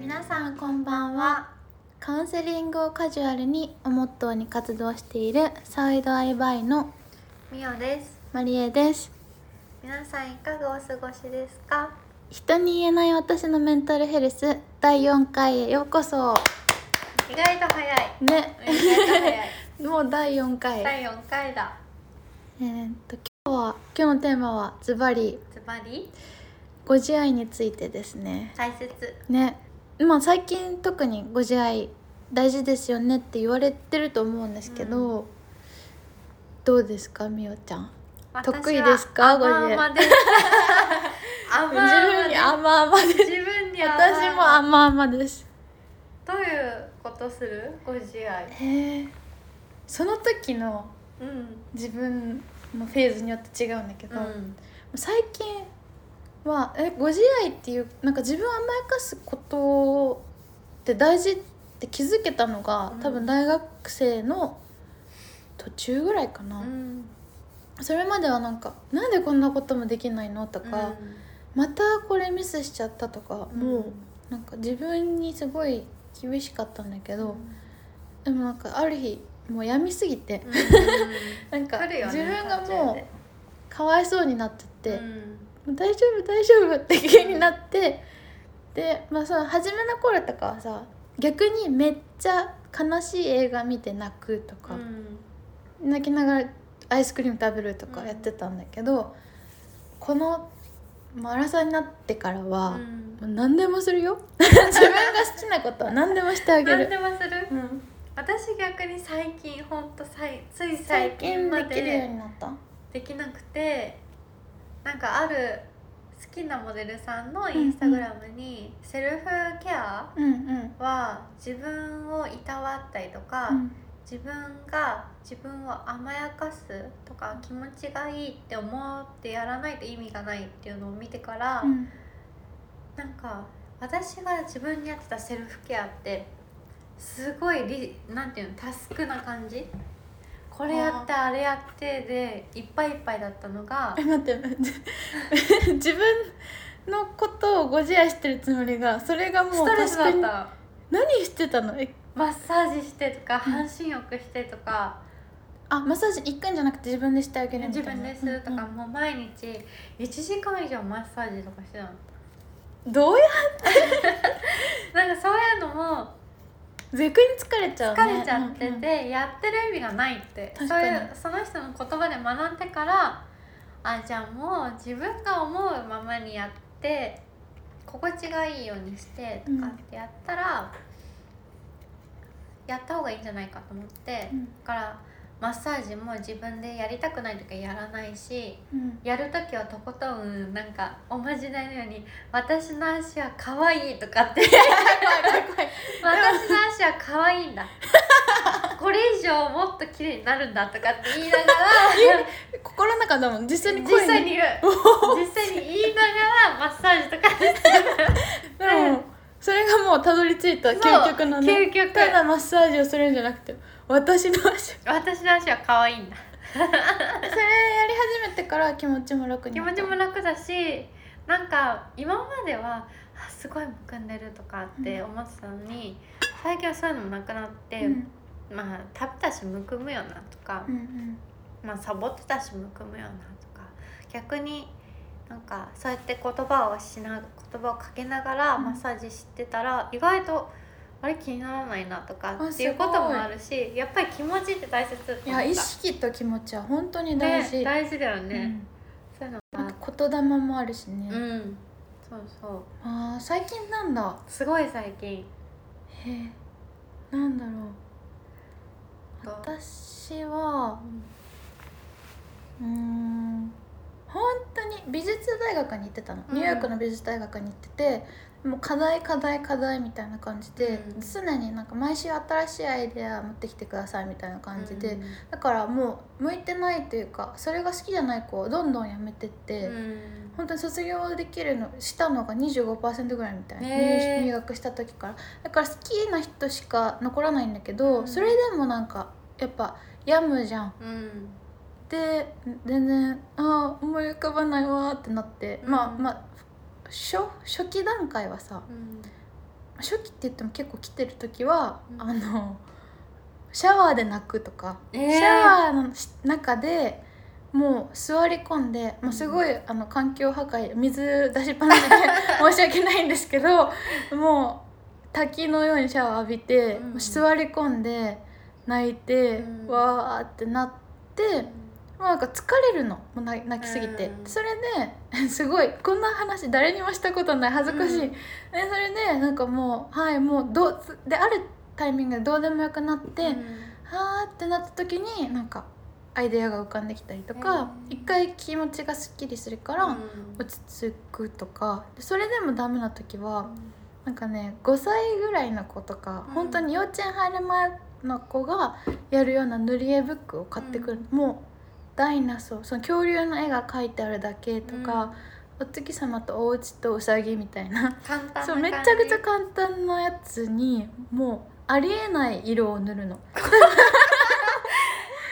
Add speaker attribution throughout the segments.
Speaker 1: 皆さんこんばんはカウンセリングをカジュアルにをモットーに活動しているサイドアイバイの
Speaker 2: みおです
Speaker 1: マリエです
Speaker 2: 皆さんいかがお過ごしですか
Speaker 1: 人に言えない私のメンタルヘルス第4回へようこそ
Speaker 2: 意外と早い
Speaker 1: ね
Speaker 2: 意外と早い
Speaker 1: もう第4 回、
Speaker 2: 第4回だ
Speaker 1: えーっと今日は今日のテーマはズバリ
Speaker 2: ズバリ
Speaker 1: ご自愛についてですね
Speaker 2: 大切
Speaker 1: ねまあ最近特にご自愛大事ですよねって言われてると思うんですけど、どうですかみおちゃん得意ですか
Speaker 2: 私は甘々 です甘
Speaker 1: 自
Speaker 2: 々
Speaker 1: 分に甘々です
Speaker 2: 自分に甘々
Speaker 1: 私も甘々です
Speaker 2: どういうことするご自愛
Speaker 1: へえその時の
Speaker 2: うん
Speaker 1: 自分のフェーズによって違うんだけど、
Speaker 2: うん
Speaker 1: 最近はえご自愛っていうなんか自分を甘やかすことって大事って気づけたのが、
Speaker 2: うん
Speaker 1: 多分大学生の途中ぐらいかな、
Speaker 2: うん
Speaker 1: それまではなんか「なんでこんなこともできないの?」とか、またこれミスしちゃった」とか、
Speaker 2: うん
Speaker 1: もうなんか自分にすごい厳しかったんだけど、でもなんかある日もうやみすぎて、
Speaker 2: うん
Speaker 1: なんか
Speaker 2: 来るよね
Speaker 1: 自分が
Speaker 2: 途中
Speaker 1: も
Speaker 2: で
Speaker 1: うかわいそうになっちゃって、
Speaker 2: うん
Speaker 1: もう大丈夫大丈夫って気になってでまあその初めの頃とかはさ逆にめっちゃ悲しい映画見て泣くとか、
Speaker 2: うん
Speaker 1: 泣きながらアイスクリーム食べるとかやってたんだけど、このマラサになってからは、
Speaker 2: う
Speaker 1: も
Speaker 2: ん
Speaker 1: う何でも するよ自分が好きなことは何でもしてあげ
Speaker 2: 何
Speaker 1: る。
Speaker 2: でもする
Speaker 1: うん、
Speaker 2: 私逆に最近ほんとさいつい最
Speaker 1: 最
Speaker 2: 近
Speaker 1: 近
Speaker 2: ま
Speaker 1: できるよう
Speaker 2: で
Speaker 1: になった。
Speaker 2: できなくてなんかある好きなモデルさんのインスタグラムにセルフケア
Speaker 1: うんうん。
Speaker 2: は自分をいたわったりとか、
Speaker 1: うん
Speaker 2: 自分が自分を甘やかすとか気持ちがいいって思ってやらないと意味がないっていうのを見てから、
Speaker 1: うん
Speaker 2: なんか私が自分にやってたセルフケアってすごいリなんていうのタスクな感じこれやってあれやってでいっぱいいっぱいだったのが
Speaker 1: え待って待って 自分のことをご自愛してるつもりがそれがも
Speaker 2: ス
Speaker 1: う
Speaker 2: トレスだっ
Speaker 1: 確か
Speaker 2: た
Speaker 1: 何してたのえ
Speaker 2: マッサージしてとか
Speaker 1: うん
Speaker 2: 半身浴してとか、
Speaker 1: あマッサージ行くんじゃなくて自分でしてあげるみた
Speaker 2: 自
Speaker 1: い
Speaker 2: 分
Speaker 1: な
Speaker 2: でするとか、
Speaker 1: うん
Speaker 2: もう毎日1時間以上マッサージとかしてたの
Speaker 1: うんどうや
Speaker 2: なんかそういうのも
Speaker 1: 逆に疲れちゃうね
Speaker 2: 疲れちゃっててやってる意味がないって、
Speaker 1: 確
Speaker 2: そう
Speaker 1: か
Speaker 2: い
Speaker 1: に
Speaker 2: うその人の言葉で学んでからあじゃあもう自分が思うままにやって心地がいいようにしてとかってやったら、やった方がいいんじゃないかと思って、
Speaker 1: うん
Speaker 2: だからマッサージも自分でやりたくない時はやらないし
Speaker 1: うんうん
Speaker 2: やる時はとことんなんかおまじないのように「私の足は可愛いとかって
Speaker 1: 怖い怖い
Speaker 2: 私の足は可愛い んだこれ以上もっと綺麗になるんだとかって言いながら
Speaker 1: 心の中だもん実際に
Speaker 2: 実
Speaker 1: 声に
Speaker 2: 際に言 う実際に言いながらマッサージとかして
Speaker 1: でもそれがもうたどり着いた究極のね
Speaker 2: 究極
Speaker 1: ただマッサージをするんじゃなくて私の足それや り
Speaker 2: 私の足は可愛いんだ
Speaker 1: 始めてから気持ちも楽に
Speaker 2: 気
Speaker 1: なっ
Speaker 2: 持
Speaker 1: た
Speaker 2: ちも楽だしなんか今まではあすごいむくんでるとかって思ってたのに、最近はそういうのもなくなって、
Speaker 1: うん
Speaker 2: まあ食べたしむくむよなとか
Speaker 1: う、んうん
Speaker 2: まあ、サボってたしむくむよなとか逆になんかそうやって言葉をしな言葉をかけながら
Speaker 1: うん
Speaker 2: マッサージしてたら、意外とあれ気にならないなとか
Speaker 1: あ
Speaker 2: っていうこともあるしやっぱり気持ちって大切って思った
Speaker 1: いや意識と気持ちは本当に大事、
Speaker 2: ね、大事だよね、
Speaker 1: うん
Speaker 2: そういうの
Speaker 1: なんか言霊もあるしね、
Speaker 2: うんそうそう
Speaker 1: あー最近なんだ
Speaker 2: すごい最近
Speaker 1: へえなんだろう
Speaker 2: どう
Speaker 1: 私はうーん本当に美術大学に行ってたの、
Speaker 2: うん
Speaker 1: ニューヨークの美術大学に行っててもう課題課題課題みたいな感じで、
Speaker 2: うん
Speaker 1: 常になんか毎週新しいアイデア持ってきてくださいみたいな感じで、
Speaker 2: うん
Speaker 1: だからもう向いてないというかそれが好きじゃない子をどんどんやめてって、
Speaker 2: うん
Speaker 1: 本当に卒業できるのしたのが25%ぐらいみたいな、
Speaker 2: へー
Speaker 1: 入学した時からだから好きな人しか残らないんだけど、
Speaker 2: うん
Speaker 1: それでもなんかやっぱ病むじゃん
Speaker 2: うん
Speaker 1: で全然あー思い浮かばないわーってなって、まあ
Speaker 2: うん
Speaker 1: まあ初初期段階はさ
Speaker 2: うん
Speaker 1: 初期って言っても結構来てる時は、
Speaker 2: うん
Speaker 1: あのシャワーで泣くとか、
Speaker 2: えー
Speaker 1: シャワーのし中でもう座り込んで、まあ、すごいあの環境破壊水出しっぱ なしで申し訳ないんですけどもう滝のようにシャワー浴びて、
Speaker 2: うん
Speaker 1: もう座り込んで泣いて、
Speaker 2: うん
Speaker 1: わーってなって。もうなんか疲れるのもうな泣きすぎて、
Speaker 2: うん
Speaker 1: それで すごいこんな話誰にもしたことない恥ずかしい、
Speaker 2: うん
Speaker 1: ねそれでなんかもうはいもうどうつであるタイミングでどうでもよくなって、はーってなった時になんかアイデアが浮かんできたりとか、
Speaker 2: うん
Speaker 1: 一回気持ちがすっきりするから、
Speaker 2: うん
Speaker 1: 落ち着くとかでそれでもダメな時はなんかね5歳ぐらいの子とか、
Speaker 2: うん
Speaker 1: 本当に幼稚園入る前の子がやるような塗り絵ブックを買ってくる、もうダイナソーその恐竜の絵が描いてあるだけとか、お月様とお家とうさぎみたいな
Speaker 2: 簡単な感じ
Speaker 1: そうめちゃくちゃ簡単なやつにもうありえない色を塗るの。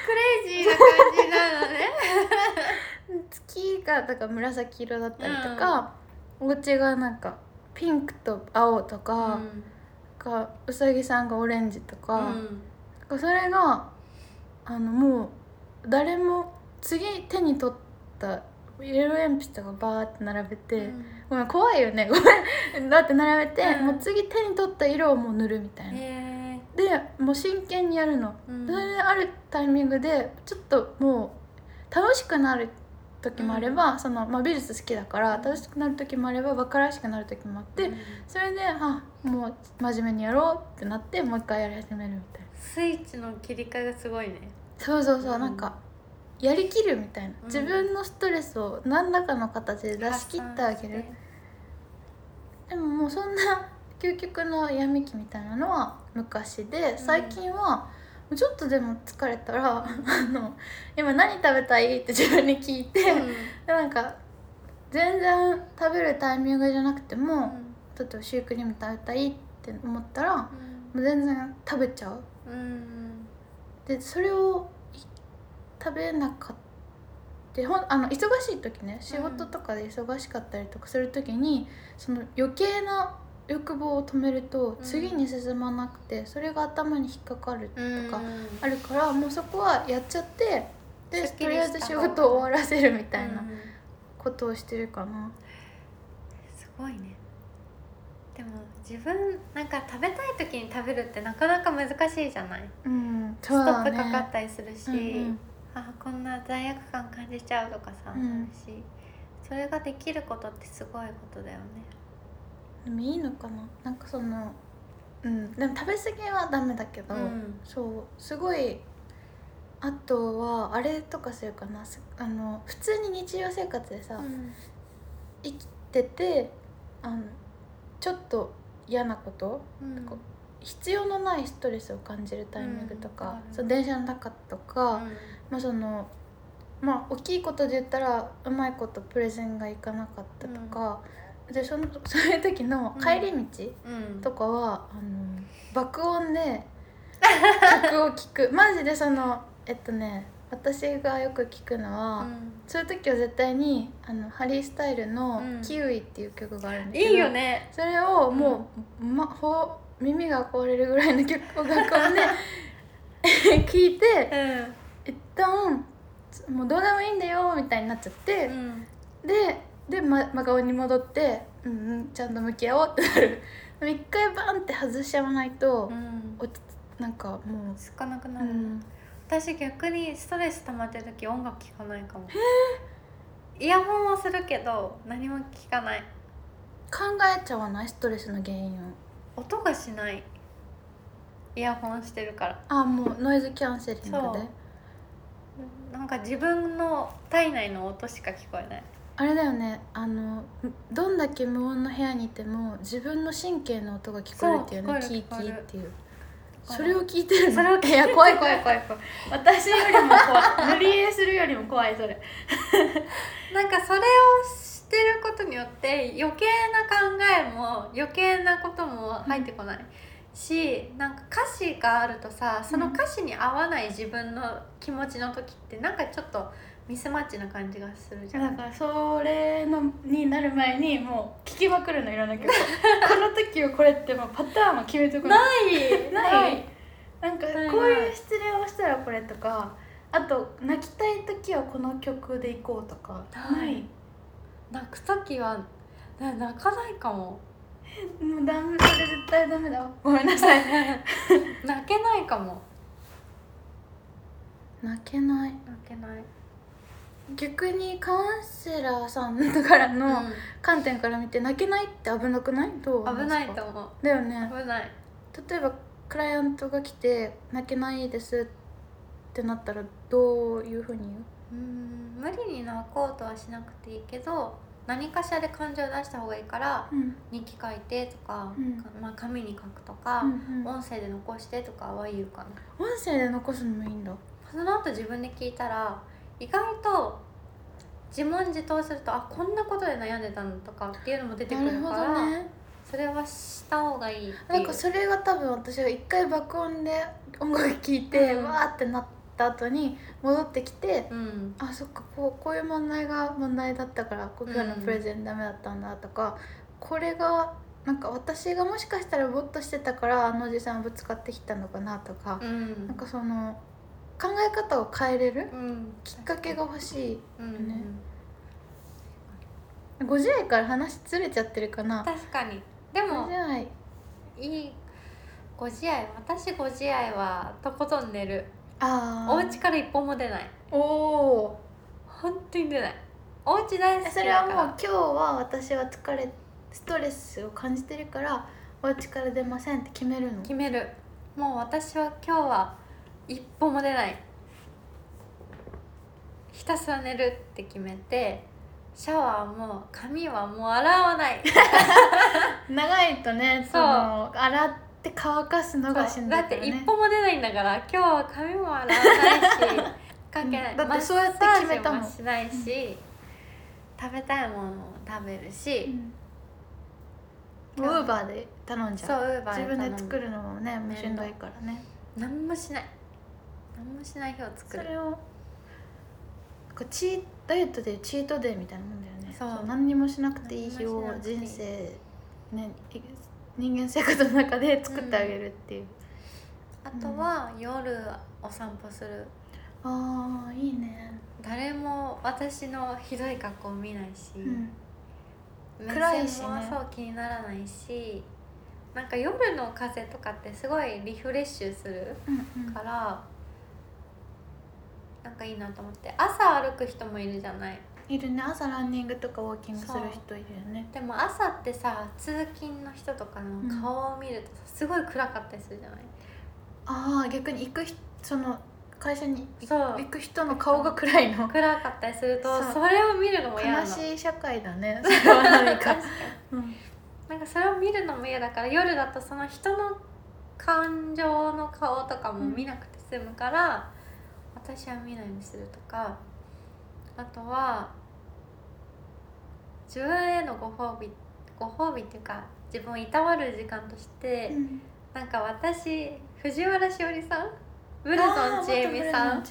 Speaker 2: クレイジーな感じなのね
Speaker 1: 月がだから紫色だったりとか、お家がなんかピンクと青とか、なんかうさぎさんがオレンジと
Speaker 2: う
Speaker 1: か。
Speaker 2: ん
Speaker 1: それがあのもう誰も次手に取ったイエロー鉛筆とかバーって並べて、
Speaker 2: うん
Speaker 1: ごめん怖いよねごめん だって並べて、
Speaker 2: うん
Speaker 1: もう次手に取った色をもう塗るみたいな、
Speaker 2: へ
Speaker 1: でもう真剣にやるの、
Speaker 2: ーうん
Speaker 1: それであるタイミングでちょっともう楽しくなる時もあれば、そのまあ、美術好きだから楽しくなる時もあればバカらしくなる時もあって、
Speaker 2: うん
Speaker 1: それであもう真面目にやろうってなってもう一回やり始めるみたいな。
Speaker 2: スイッチの切り替えがすごいね
Speaker 1: そうそうそう、
Speaker 2: うん
Speaker 1: なんかやりきるみたいな、
Speaker 2: うん
Speaker 1: 自分のストレスを何らかの形で出し切ってあげるでももうそんな究極の闇期みたいなのは昔で最近はちょっとでも疲れたら、あの今何食べたいって自分に聞いて、
Speaker 2: 発散
Speaker 1: で
Speaker 2: して
Speaker 1: なんか全然食べるタイミングじゃなくても、
Speaker 2: うん
Speaker 1: ちょっとシュークリーム食べたいって思ったらも
Speaker 2: うん
Speaker 1: う全然食べちゃう
Speaker 2: うん
Speaker 1: でそれをい食べなかったほんあの忙しい時ね仕事とかで忙しかったりとかする時に、その余計な欲望を止めると
Speaker 2: うん
Speaker 1: 次に進まなくて、それが頭に引っかかる、
Speaker 2: うん
Speaker 1: とか
Speaker 2: うん
Speaker 1: あるからもうそこはやっちゃってです
Speaker 2: っき
Speaker 1: と
Speaker 2: り
Speaker 1: り
Speaker 2: し
Speaker 1: あ
Speaker 2: た
Speaker 1: えず仕事を終わらせるみたいな
Speaker 2: うん
Speaker 1: ことをしてるかな。
Speaker 2: すごいねでも自分なんか食べたい時に食べるってなかなか難しいじゃない、
Speaker 1: うん、
Speaker 2: ス
Speaker 1: そ
Speaker 2: ト
Speaker 1: うだ
Speaker 2: ップ
Speaker 1: ね
Speaker 2: かかったりするし、
Speaker 1: うん
Speaker 2: あこんな罪悪感感じちゃうとかさ、
Speaker 1: うん
Speaker 2: あるしそれができることってすごいことだよね
Speaker 1: うん、でもいいのかななんかその、うん、でも食べ過ぎはダメだけど、
Speaker 2: ん
Speaker 1: そうすごいあとはあれとかするかなすあの普通に日常生活でさ、
Speaker 2: うん
Speaker 1: 生きててあのちょっと嫌なこと
Speaker 2: うん
Speaker 1: こ必要のないストレスを感じるタイミングと
Speaker 2: うん
Speaker 1: か
Speaker 2: あ、る
Speaker 1: そう電車の中とか、
Speaker 2: うん
Speaker 1: まあそのまあ大きいことで言ったらうまいことプレゼンがいかなかったとか、でその そういう時の帰り道、
Speaker 2: うん
Speaker 1: とかはあの爆音で曲を聴 くマジでそのえっとね私がよく聴くのは、
Speaker 2: うん
Speaker 1: そういう時は絶対にあのハリー・スタイルの
Speaker 2: うん
Speaker 1: 「キウイ」っていう曲があるんだ
Speaker 2: い
Speaker 1: けど、
Speaker 2: いよね
Speaker 1: それをもう、ま、ほ耳が壊れるぐらいの曲を学校 で聴いて
Speaker 2: う
Speaker 1: 一旦もうどうでもいいんだよみたいになっちゃって、
Speaker 2: んうん
Speaker 1: でで、ま、真顔に戻って、うんうん、ちゃんと向き合おうってなるでも一回バンって外しちゃわないと
Speaker 2: う、ん
Speaker 1: 落ちなんかもう、
Speaker 2: つかなくな
Speaker 1: う
Speaker 2: る、
Speaker 1: ん、
Speaker 2: 私逆にストレス溜まってる時音楽聴かないかもイヤホンはするけど何も聴かない
Speaker 1: 考えちゃわないストレスの原因を
Speaker 2: 音がしないイヤホンしてるから
Speaker 1: あもうノイズキャンセリングで
Speaker 2: そうなんか自分の体内の音しか聞こえない
Speaker 1: あれだよねあのどんだけ無音の部屋にいても自分の神経の音が聞こえるっていうね
Speaker 2: そう
Speaker 1: キ
Speaker 2: 聞こ
Speaker 1: ー
Speaker 2: える
Speaker 1: キーっていう
Speaker 2: こえる
Speaker 1: それを聞いてるの
Speaker 2: それを聞いてる
Speaker 1: いや怖い怖い怖い
Speaker 2: い怖い
Speaker 1: 私よりも怖い塗り絵するよりも怖いそれ
Speaker 2: なんかそれをしてることによって余計な考えも余計なことも入ってこないしなんか歌詞があるとさその歌詞に合わない自分の気持ちの時ってなんかちょっとミスマッチな感じがするじゃ
Speaker 1: だ
Speaker 2: ん
Speaker 1: からそれのになる前にもう聴きまくるのいろんな 曲この時はこれってもうパターンは決めておくの
Speaker 2: い
Speaker 1: ないなんか
Speaker 2: ない
Speaker 1: こういう失恋をしたらこれとかあと泣きたい時はこの曲で行こうとか
Speaker 2: な
Speaker 1: ないい
Speaker 2: 泣く時はな泣かないかも
Speaker 1: もうダメそれ絶対ダメだわごめんなさい
Speaker 2: 泣けないかも
Speaker 1: 泣けない
Speaker 2: 泣けない
Speaker 1: 逆にカウンセラーさんだから
Speaker 2: う
Speaker 1: の観点から見て泣けないって危なくないどう思い
Speaker 2: 危
Speaker 1: ますか
Speaker 2: ないと思う
Speaker 1: だよね
Speaker 2: 危ない
Speaker 1: 例えばクライアントが来て泣けないですってなったらどういうふうに言う
Speaker 2: うん無理に泣こうとはしなくていいけど何かしらで感情を出した方がいいから
Speaker 1: うん
Speaker 2: 日記書いてとか、
Speaker 1: うん
Speaker 2: かまあ、紙に書くとか、
Speaker 1: うんうん音
Speaker 2: 音声で残してとかは言うかな
Speaker 1: 声で残すのもいいんだ
Speaker 2: その後自分で聞いたら意外と自問自答するとあこんなことで悩んでたのとかっていうのも出てくるから、それはした方がいいって
Speaker 1: ないん
Speaker 2: う
Speaker 1: かそれが多分私が一回爆音で音楽聴いて、
Speaker 2: うん
Speaker 1: わーってなった後に戻ってきて、
Speaker 2: うん
Speaker 1: あそっかこうこういう問題が問題だったからこう今日のプレゼンダメだったんだとか、これがなんか私がもしかしたらぼっとしてたからあのおじさんはぶつかってきたのかなとか、
Speaker 2: うん
Speaker 1: なんかその考え方を変えれる
Speaker 2: うん
Speaker 1: きっかけが欲しい
Speaker 2: うん、
Speaker 1: ね50円から話ずれちゃってるかな
Speaker 2: 確かにでも
Speaker 1: 50愛
Speaker 2: いいご自愛私ご自愛はとことん寝る
Speaker 1: あー
Speaker 2: お家から一歩も出ない
Speaker 1: おお
Speaker 2: 本当に出ないお家大好きだから
Speaker 1: それはもう今日は私は疲れストレスを感じてるからお家から出ませんって決めるの
Speaker 2: 決めるもう私は今日は一歩も出ないひたすら寝るって決めてシャワーも髪はもう洗わない
Speaker 1: 長いとね
Speaker 2: そう
Speaker 1: の洗って乾かすのがしんどい
Speaker 2: だ
Speaker 1: か
Speaker 2: っ
Speaker 1: ら
Speaker 2: て一
Speaker 1: ね
Speaker 2: 歩も出ないんだから今日は髪も洗わ ないしかけない、
Speaker 1: うんだってそうやって決めたもん
Speaker 2: マッサージもしないし、食べたいものも食べるし、
Speaker 1: ウーバーで頼んじ
Speaker 2: そう
Speaker 1: ゃう
Speaker 2: ウーバ
Speaker 1: 自
Speaker 2: ー
Speaker 1: 分で作
Speaker 2: る
Speaker 1: るのもねもうしんどいからね
Speaker 2: 何もしない何もしない日を作
Speaker 1: そ
Speaker 2: る
Speaker 1: れをこうチーダイエットでチートデーみたいなもんだよね
Speaker 2: そう
Speaker 1: 何にもしなくていい日を
Speaker 2: 何もしなくていい
Speaker 1: 人生ねい人間生活の中で作ってあげるっていう、
Speaker 2: あとは夜お散歩する
Speaker 1: ああいいね、
Speaker 2: 誰も私のひどい格好を見ないし、
Speaker 1: うん、
Speaker 2: 目
Speaker 1: 暗いし
Speaker 2: 線も
Speaker 1: ね
Speaker 2: そう気にならないしなんか夜の風とかってすごいリフレッシュする
Speaker 1: うんうん
Speaker 2: から、なんかいいなと思って朝歩く人もいるじゃない
Speaker 1: いるね朝ランニングとかウォーキングする人いるよね
Speaker 2: でも朝ってさ通勤の人とかの顔を見るとさすごい暗かったりするじゃない、
Speaker 1: ああ逆に行くひその会社に行
Speaker 2: そう
Speaker 1: 行く人の顔が暗いの
Speaker 2: 暗かったりすると
Speaker 1: そう
Speaker 2: それを見るのも嫌なの
Speaker 1: 悲しい社会だね それは何かうん
Speaker 2: なんかそれを見るのも嫌だから夜だとその人の感情の顔とかも見なくて済むから、私は見ないようにするとかあとは自分へのご褒美ご褒美っていうか自分をいたわる時間として、
Speaker 1: うん
Speaker 2: なんか私藤原しおりさんブルゾンちえみさん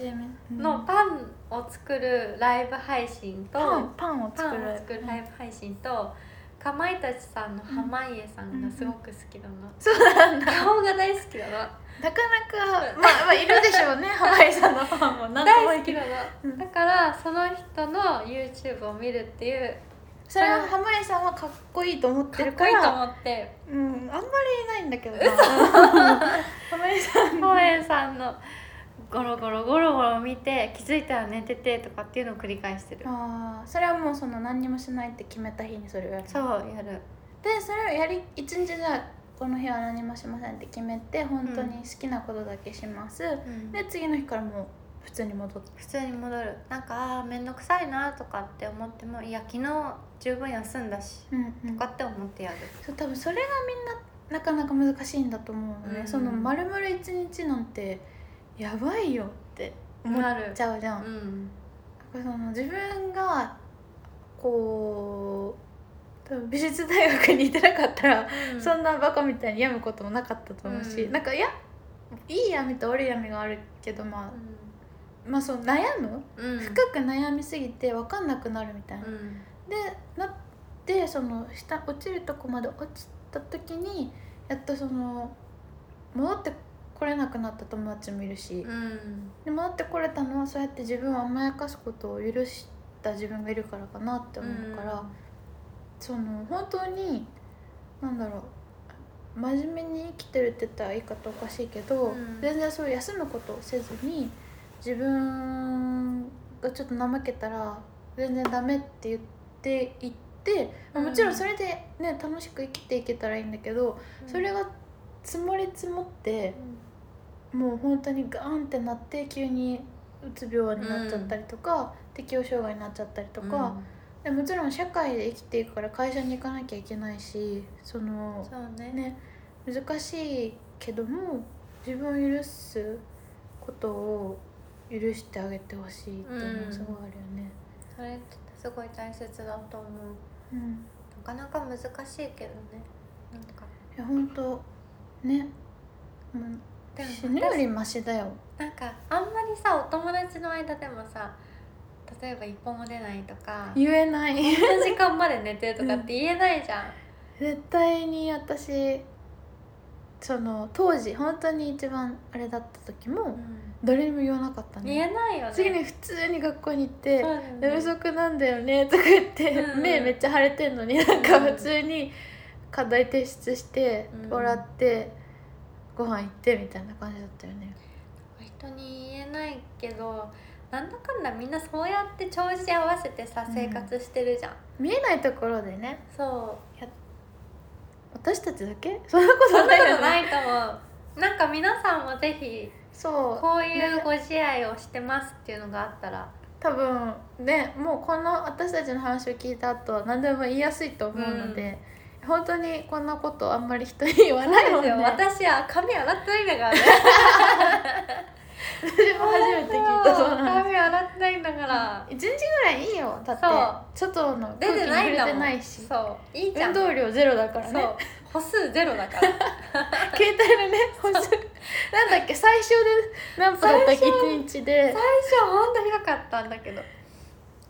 Speaker 2: のパンを作るライブ配信と、
Speaker 1: パンパンを
Speaker 2: パ
Speaker 1: 作
Speaker 2: ン
Speaker 1: る
Speaker 2: を作るライブ配信とかまいたちさんの濱家さんがすごく好きなの、
Speaker 1: そうなんだ
Speaker 2: 顔が大好きなの
Speaker 1: なかなかまあまあいるでしょ うねハワイさんのファンも何と
Speaker 2: 大
Speaker 1: も言
Speaker 2: 好
Speaker 1: え
Speaker 2: き
Speaker 1: ない
Speaker 2: なの、
Speaker 1: うん
Speaker 2: だからその人の YouTube を見るっていう
Speaker 1: それはハワイさんはかっこいいと思って
Speaker 2: かっ
Speaker 1: る
Speaker 2: こ
Speaker 1: か
Speaker 2: いいと
Speaker 1: ら
Speaker 2: 思って
Speaker 1: うんあんまりいないんだけど なハワイさんの
Speaker 2: 濱家さんのゴロゴロゴロゴロ見て気づいたら寝ててとかっていうのを繰り返してる
Speaker 1: ああそれはもうその何にもしないって決めた日にそれをやる
Speaker 2: そうやる
Speaker 1: でそれをやり一日じゃあこの日は何もしませんって決めて本当に好きなことだけします、で次の日からもう普通に戻って
Speaker 2: 普通に戻るなんかあー面倒くさいなとかって思ってもいや昨日十分休んだし
Speaker 1: うん
Speaker 2: とかって思ってやる
Speaker 1: そう多分それがみんななかなか難しいんだと思うのね、
Speaker 2: うん
Speaker 1: その丸々一日なんてやばいよって思っ
Speaker 2: なる
Speaker 1: ちゃうじゃん、
Speaker 2: うん
Speaker 1: なんかその自分がこう多分美術大学に行ってなかったらそんなバカみたいに病むこともなかったと思うし、
Speaker 2: うん
Speaker 1: なんかいやいい闇と悪い闇があるけどまあ
Speaker 2: うん
Speaker 1: まあ、そう悩む
Speaker 2: うん
Speaker 1: 深く悩みすぎて分かんなくなるみたいな。
Speaker 2: うん
Speaker 1: でなってその下落ちるとこまで落ちた時にやっとその戻ってこれなくなった友達もいるし、
Speaker 2: うん
Speaker 1: で戻ってこれたのはそうやって自分を甘やかすことを許した自分がいるからかなって思うから、その本当になんだろう真面目に生きてるって言ったら言い方おかしいけど、
Speaker 2: うん
Speaker 1: 全然そう休むことをせずに自分がちょっと怠けたら全然ダメって言っていって、まあ
Speaker 2: うん
Speaker 1: もちろんそれでね楽しく生きていけたらいいんだけど、
Speaker 2: うん
Speaker 1: それが積もり積もって
Speaker 2: う
Speaker 1: もう本当にガーンってなって急にうつ病になっちゃったりとか、適応障害になっちゃったりと
Speaker 2: ん
Speaker 1: か。でもちろん社会で生きていくから会社に行かなきゃいけないしそ
Speaker 2: うん
Speaker 1: の
Speaker 2: そうね
Speaker 1: ね難しいけども自分を許すことを許してあげてほしいっていうの
Speaker 2: うん
Speaker 1: はすごいあるよね。
Speaker 2: それってすごい大切だと思う
Speaker 1: うん、
Speaker 2: なかなか難しいけどねなんか
Speaker 1: いや本当ね、うん、
Speaker 2: でも
Speaker 1: 死ぬよりマシだよ。
Speaker 2: 私なんかあんまりさお友達の間でもさ例えば一歩も出ないとか
Speaker 1: 言えない
Speaker 2: こんな時間まで寝てるとかって言えないじゃん、
Speaker 1: 絶対に私その当時本当に一番あれだった時も誰にも言わなかった
Speaker 2: 言
Speaker 1: ね。
Speaker 2: えないよね
Speaker 1: 次に普通に学校に行って、
Speaker 2: そうだよね
Speaker 1: 寝不足なんだよねとか言って、
Speaker 2: うんうん
Speaker 1: 目めっちゃ腫れてんのになんか
Speaker 2: うん
Speaker 1: 普通に課題提出して、
Speaker 2: うん
Speaker 1: 笑ってご飯行ってみたいな感じだったよね。
Speaker 2: 人に言えないけどなんだかんだみんなそうやって調子合わせてさ
Speaker 1: うん
Speaker 2: 生活してるじゃん、
Speaker 1: 見えないところでね
Speaker 2: そうやっ
Speaker 1: 私たちだけそんなこと
Speaker 2: たこ
Speaker 1: ない
Speaker 2: と
Speaker 1: よね。
Speaker 2: ないと思うなんか皆さんもぜひ
Speaker 1: そう
Speaker 2: こういうご試合をしてますっていうのがあったら
Speaker 1: 多分ねもうこの私たちの話を聞いた後は何でも言いやすいと思うので、本当にこんなことあんまり人に言わないもんね。
Speaker 2: 私は髪洗ってないんだからね
Speaker 1: 私も初めて聞 いたそうなんです
Speaker 2: 髪洗ってないんだから
Speaker 1: 一日ぐらいいいよだって外の
Speaker 2: 出
Speaker 1: 空気
Speaker 2: て
Speaker 1: に
Speaker 2: な
Speaker 1: 触
Speaker 2: いん
Speaker 1: れ
Speaker 2: だ
Speaker 1: て
Speaker 2: もん
Speaker 1: ないし
Speaker 2: そういいじゃん
Speaker 1: 運動量ゼロだから
Speaker 2: そ
Speaker 1: ね
Speaker 2: う歩数ゼロだから
Speaker 1: 携帯のね本数なんだっけ最初で 何歩だったっけ
Speaker 2: 最
Speaker 1: 1日で
Speaker 2: 最初ほんとひどかったんだけど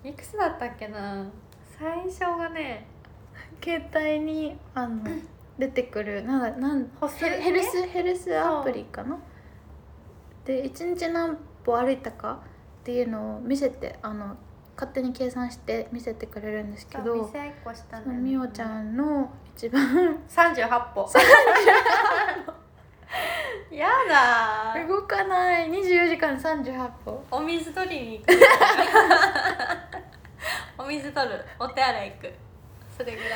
Speaker 2: いくつだったっけな最初がね
Speaker 1: 携帯にあの出てくるなんだなん
Speaker 2: 歩数
Speaker 1: ヘル
Speaker 2: ね
Speaker 1: ヘルスヘルスアプリかなで1日何歩歩いたかっていうのを見せてあの勝手に計算して見せてくれるんですけ
Speaker 2: そう
Speaker 1: ど
Speaker 2: 店一個したんだよね
Speaker 1: みおちゃんの一番
Speaker 2: 38歩やだー
Speaker 1: 動かない24時間38歩
Speaker 2: お水取り に行くお水取るお手洗い行くそれぐらい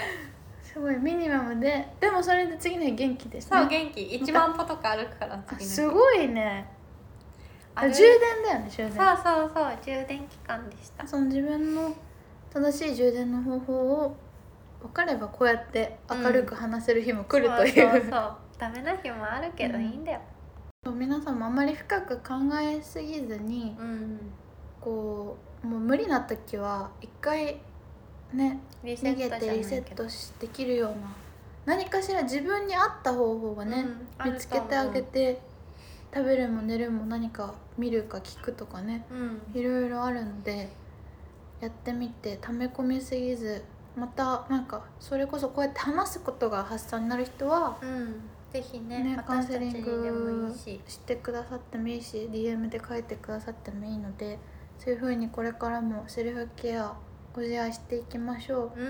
Speaker 1: すごいミニマムででもそれで次の日元気です
Speaker 2: そう
Speaker 1: ね
Speaker 2: 元気1万歩とか歩くから
Speaker 1: あ
Speaker 2: 次の日
Speaker 1: すごいね
Speaker 2: 歩
Speaker 1: 充
Speaker 2: い
Speaker 1: 電だよね充
Speaker 2: そ
Speaker 1: 電
Speaker 2: うそうそう充電期間でした
Speaker 1: その自分の正しい充電の方法を分かればこうやって明るく話せる日も来るという,、
Speaker 2: そうそうそうダメな日もあるけど
Speaker 1: う
Speaker 2: い
Speaker 1: ん
Speaker 2: いんだよ
Speaker 1: 皆さんもあまり深く考えすぎずに
Speaker 2: うん
Speaker 1: こうもう無理な時は一回ね
Speaker 2: リセッ
Speaker 1: 逃
Speaker 2: ト
Speaker 1: げ
Speaker 2: じゃ
Speaker 1: て
Speaker 2: ない
Speaker 1: リセッ
Speaker 2: けど
Speaker 1: トできるような何かしら自分に合った方法がね、
Speaker 2: うんあると思う
Speaker 1: 見つけてあげて食べるも寝るも何か見るか聞くとかね
Speaker 2: うん
Speaker 1: いろいろあるのでやってみて溜め込みすぎずまたなんかそれこそこうやって話すことが発散になる人は
Speaker 2: うんぜひね
Speaker 1: ねカウン
Speaker 2: 私
Speaker 1: セ
Speaker 2: たち
Speaker 1: リ
Speaker 2: に
Speaker 1: ン
Speaker 2: でもい
Speaker 1: グ
Speaker 2: いし
Speaker 1: してくださってもいいし DM で書いてくださってもいいのでそういう風にこれからもセルフケアご自愛していきましょう。
Speaker 2: う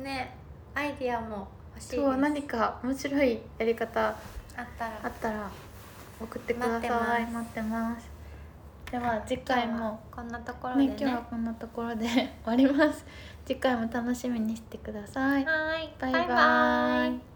Speaker 2: んねアイディアも欲しいです
Speaker 1: そう何か面白いやり方
Speaker 2: あったら
Speaker 1: あったら送ってください待ってますでは次回も
Speaker 2: こんなところで
Speaker 1: ね
Speaker 2: ね
Speaker 1: 今日はこんなところで 終わります次回も楽しみにしてください
Speaker 2: はい
Speaker 1: バイバ
Speaker 2: バイバイ
Speaker 1: イ